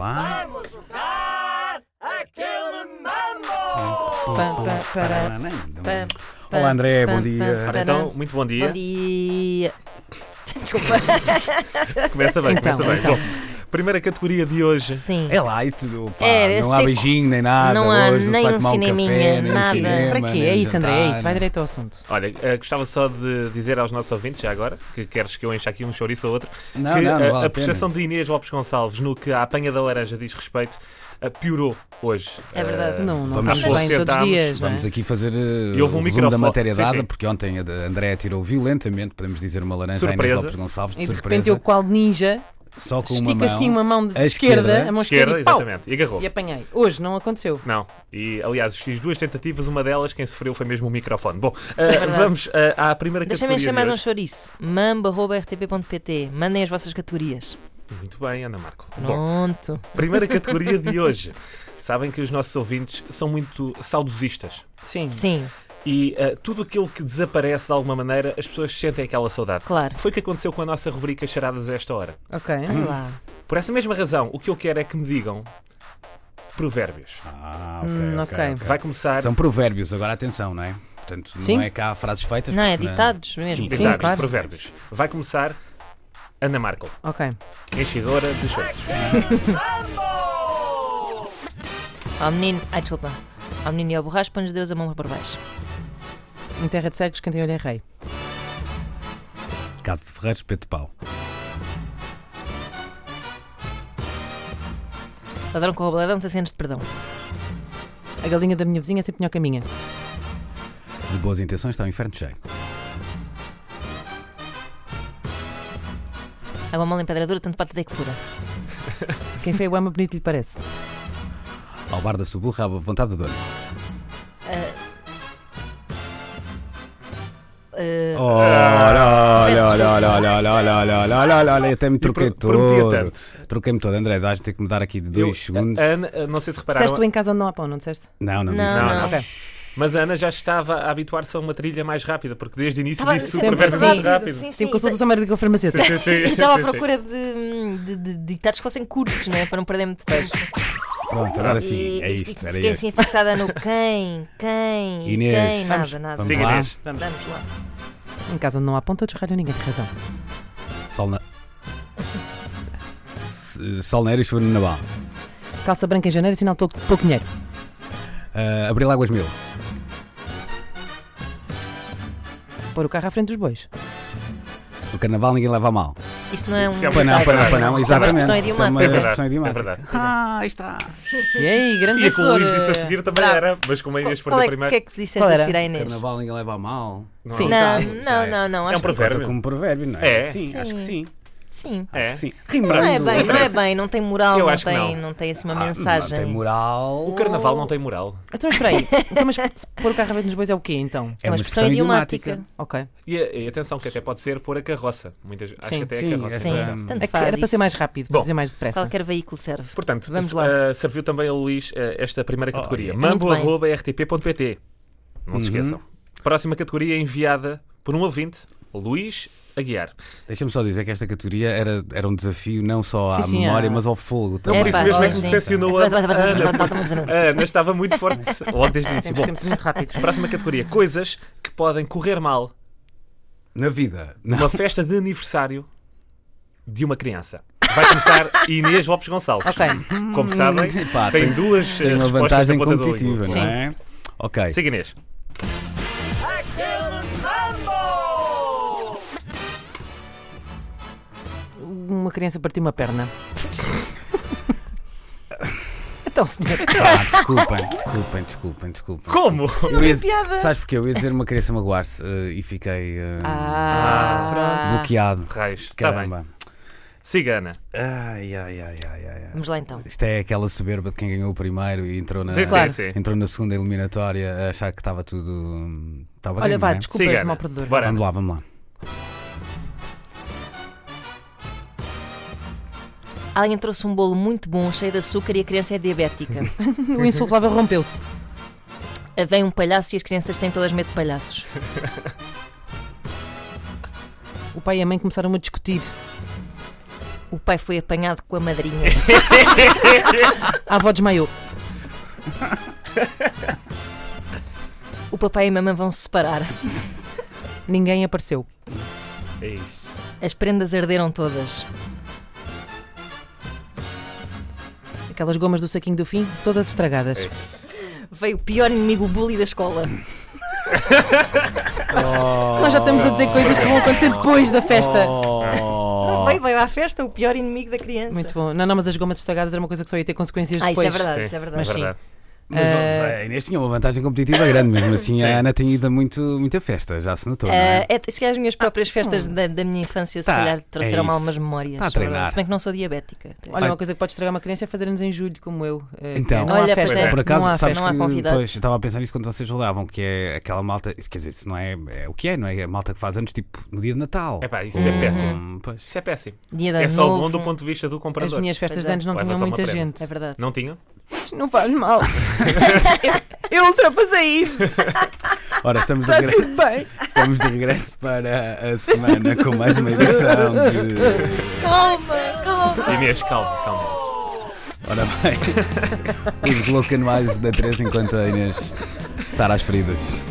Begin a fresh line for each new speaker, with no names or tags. Lá.
Vamos jogar aquele mambo!
Pam, pam, para, pam, pam,
né? Então, Olá André,
pam,
bom
pam,
dia.
pam.
Ora então, muito bom dia.
Bom dia. Desculpa.
Começa bem,
Então,
começa bem.
então.
Bom, primeira categoria de hoje.
Sim.
É lá e tudo, pá,
É,
não há
seco.
beijinho nem nada.
Não há
hoje,
nem
se vai
um
tomar
cineminha,
café, nem um
nada.
cinema,
Para quê?
nem
É
um
isso, André, é isso.
jantar,
Vai direito ao assunto.
Olha, eh, gostava só de dizer aos nossos ouvintes, já agora, que queres que eu encha aqui um chouriço ou outro,
Não,
que
não, não
eh,
vale
a,
a pena.
prestação de Inês Lopes Gonçalves no que a apanha da laranja diz respeito eh, piorou hoje.
É verdade,
Eh,
não, não
vamos
estamos bem todos os
sentarmos,
dias, não é?
Vamos aqui fazer uh,
E houve um
o resumo
microfone.
da matéria
Sim,
dada,
sim.
porque ontem a de- a André tirou violentamente, podemos dizer, uma laranja à Inês
Surpresa.
Lopes Gonçalves, de,
E de repente
surpresa,
eu, qual ninja,
só com uma
estico
mão.
assim uma mão de
a
esquerda,
esquerda,
a mão esquerda,
Esquerda,
e pau!
exatamente. E agarrou.
E apanhei. Hoje não aconteceu.
Não. E, aliás, fiz duas tentativas, uma delas quem sofreu foi mesmo o microfone. Bom, eh,
É verdade.
vamos eh, à primeira
Deixa-me
categoria de
chamar um
hoje.
chouriço. mamba.rtp.pt. Mandem as vossas categorias.
Muito bem, Ana Marco. Bom,
Pronto.
Primeira categoria de hoje. Sabem que os nossos ouvintes são muito saudosistas.
Sim. Sim,
E ah, tudo aquilo que desaparece de alguma maneira, as pessoas sentem aquela saudade.
claro.
Foi o que aconteceu com a nossa rubrica Charadas a esta hora.
Ok.
Hum.
Lá.
Por essa mesma razão, o que eu quero é que me digam provérbios.
Ah, ok,
Hum,
ok,
ok.
ok.
Vai começar.
São provérbios, agora atenção, não é? Portanto,
Sim.
não é cá frases feitas.
Não, é
porque
ditados mesmo.
Sim,
Sim,
Ditados,
claro.
provérbios. Vai começar Ana Marco,
Ok.
enchidora de chouriços.
Ao menino. Ai, desculpa. Ao menino e ao borracho, põe-nos Deus a mão por baixo.
Em terra de cegos, quem tem olho é rei.
Caso de Ferreiros, Pedro de Pau.
Ladrão com roubo, ladrão, 600 de perdão.
A galinha da minha vizinha é sempre melhor que a minha.
De boas intenções está o inferno cheio.
É uma mão em pedra dura, tanto parte até que fura.
Quem feio ama, bonito lhe parece.
Ao bar da suburra, à vontade do dono.
Ah,
Olha, olha, olha, olha, olha, olha, olha, olha, olha, olha, olha, olha, eu até me troquei
pro- prometia
todo.
tanto.
Troquei-me todo, André, vais ter que me dar aqui de
Eu-
dois segundos.
a Ana, ah, não sei se repararam,
Disseste tu em casa onde não há pão, não disseste?
Não, não,
Não,
disse
Oh, não.
nada.
Ok.
mas a Ana já estava a habituar-se a uma trilha mais rápida, porque desde o início
Estava
disse
sempre
super verbo
rápido,
muito rápido.
sim, sim.
Tipo consulta só médica ou farmacêutica.
Sim, sim.
E estava à procura de, hum, de, de ditados que fossem curtos, né? Para não perder muito tempo.
Pronto, agora sim,
E-
é
e
isto, era
Fiquei
isto.
assim fixada no quem, quem,
Inês.
quem,
Vamos-
nada, nada.
vamos
Siga,
lá.
Inês.
Vamos.
Vamos lá.
Em casa onde não há pão, todos ralham ninguém tem razão.
Sol na... S- Sol na era e chuva no naval.
Calça branca em janeiro, sinal de pouco pouco dinheiro.
Ah, Abril Águas Mil.
Pôr o carro à frente dos bois.
No carnaval ninguém leva a mal.
Isso não é um.
Isso é um
Para não,
ditado,
para não,
isso
para
é
não,
uma-
exatamente.
Isso é uma
Isso é
expressão
uma expressão
idiomática.
É verdade,
idiomática.
é verdade.
Ah, aí está.
E aí, grande
E a que o Luís
vencedora.
disse a seguir também
eh, Bravo.
era, mas como a Inês
Qual
perdeu
é
primeiro.
que é que tu disseste
Qual era?
a Cira Inês?
Carnaval ninguém leva a mal.
Não,
Sim.
Não, é
Já
não,
é. não.
não, não.
É um
Acho que
provérbio.
Conta como provérbio, não é?
É.
Sim, acho que sim.
sim.
É.
Acho que sim.
Não é
Rimando.
bem, não é bem, não tem moral,
Eu
não
acho que
tem,
não.
não. tem assim uma
Ah,
mensagem.
Tem moral.
O carnaval não tem moral.
Então, espera aí. Então, mas se pôr o carro à frente dos bois é o quê, então?
É uma expressão
expressão idiomática.
idiomática.
Ok.
E, eh, e atenção, que até pode ser pôr a carroça. Muitas, acho
Sim.
que até é
Sim,
a carroça.
Sim,
Essa-
tanto
É que
faz
era para ser
isso.
mais rápido, para
Bom.
dizer mais depressa.
Qualquer veículo serve.
Portanto,
Vamos
se-
lá.
eh, serviu também a Luís eh, esta primeira
Oh, é.
categoria. Mambo
Muito bem.
mambo.rtp.pt. Não
Uhum.
se esqueçam. Próxima categoria enviada por um ouvinte, Luís Aguiar.
Deixa-me só dizer que esta categoria era, era um desafio não só à
Sim, sim,
memória,
é.
mas ao fogo
Não
também.
por isso
pá,
mesmo é que
sim,
me
sim.
decepcionou a
Vai, vai, vai, vai, vai, vai, vai, vai, vai, vai.
a Ana, estava muito forte logo desde o início.
Temos
Bom,
que ser muito rápidos.
próxima categoria: coisas que podem correr mal
Na vida. Não.
numa festa de aniversário de uma criança. Vai começar Inês Lopes Gonçalves.
Ok.
Como sabem,
Hum. Pá,
tem
tem-
duas
Tem
eh,
uma
respostas
vantagem
na ponta da língua.
competitiva, não
Sim.
é? Ok.
Siga Inês.
Uma criança partiu uma perna. então, senhor.
Pá, desculpem, desculpem, desculpem, desculpem.
Como?
Eu ia,
piada.
sabes porquê? Eu ia dizer uma criança magoar-se eh, e fiquei eh,
Ah,
bloqueado.
Raios. Tá bem.
Caramba. Ah.
Siga, Ana.
Ai, ai, ai, ai, ai, ai.
Vamos lá então.
Isto é aquela soberba de quem ganhou o primeiro e entrou na,
Sim, sim, sim.
Entrou na segunda eliminatória a achar que estava tudo. hum, Estava
Olha,
ganho,
vá,
não é?
desculpa, és
Siga,
mau
Ana.
perdedor.
Bora,
Vamos
Ana.
lá, vamos lá.
Alguém trouxe um bolo muito bom, cheio de açúcar e a criança é diabética.
O insuflável rompeu-se.
Vem um palhaço e as crianças têm todas medo de palhaços.
O pai e a mãe começaram a discutir.
O pai foi apanhado com a madrinha.
A avó desmaiou.
O papai e a mamãe vão se separar.
Ninguém apareceu.
É isso.
As prendas arderam todas.
Aquelas gomas do saquinho do fim, todas estragadas.
É.
Veio o pior inimigo bully da escola.
Nós já estamos a dizer coisas que vão acontecer depois da festa.
Não veio, veio à festa o pior inimigo da criança.
Muito bom. Não, não, mas as gomas estragadas era uma coisa que só ia ter consequências
Ah, isso
depois.
é verdade,
Sim,
isso é verdade.
Mas sim.
verdade.
Mas, eh,
a oh, Inês tinha uma vantagem competitiva grande, mesmo assim
Sim.
a Ana tem ido a muito, muita festa, já se notou, não é?
Eh,
Ah, é, se calhar as minhas próprias festas da, da minha infância, se
Tá,
calhar,
é
trouxeram-me
isso.
algumas memórias.
Tá a treinar.
Se bem que não sou diabética.
Olha,
Ai.
uma coisa que pode estragar uma criança é fazer anos em julho, como eu. Eh,
Então.
não
Olha,
há
pois
festa.
é.
Por acaso,
não há
sabes
não há
que
convidados.
pois, eu estava a pensar nisso quando vocês olhavam, que é aquela malta, quer dizer, se não é, é o que é, não é? A malta que faz anos tipo no dia de Natal.
Epá, isso é péssimo.
Hum, pois.
Isso é péssimo.
Dia da
É só bom do
novo.
ponto de vista do
Uh, As
comprador.
minhas festas
Pois
de
é.
anos não
Leva
tinham
só uma
muita
prenda.
gente.
É verdade.
Não tinham?
Não faz mal. eu ultrapassei isso.
Ora, estamos de, regresso,
Bem,
estamos de regresso para a semana com mais uma edição de.
Calma, calma.
Inês, calma, calma.
Ora bem, os Glocanuais da 3 enquanto a Inês sara as feridas.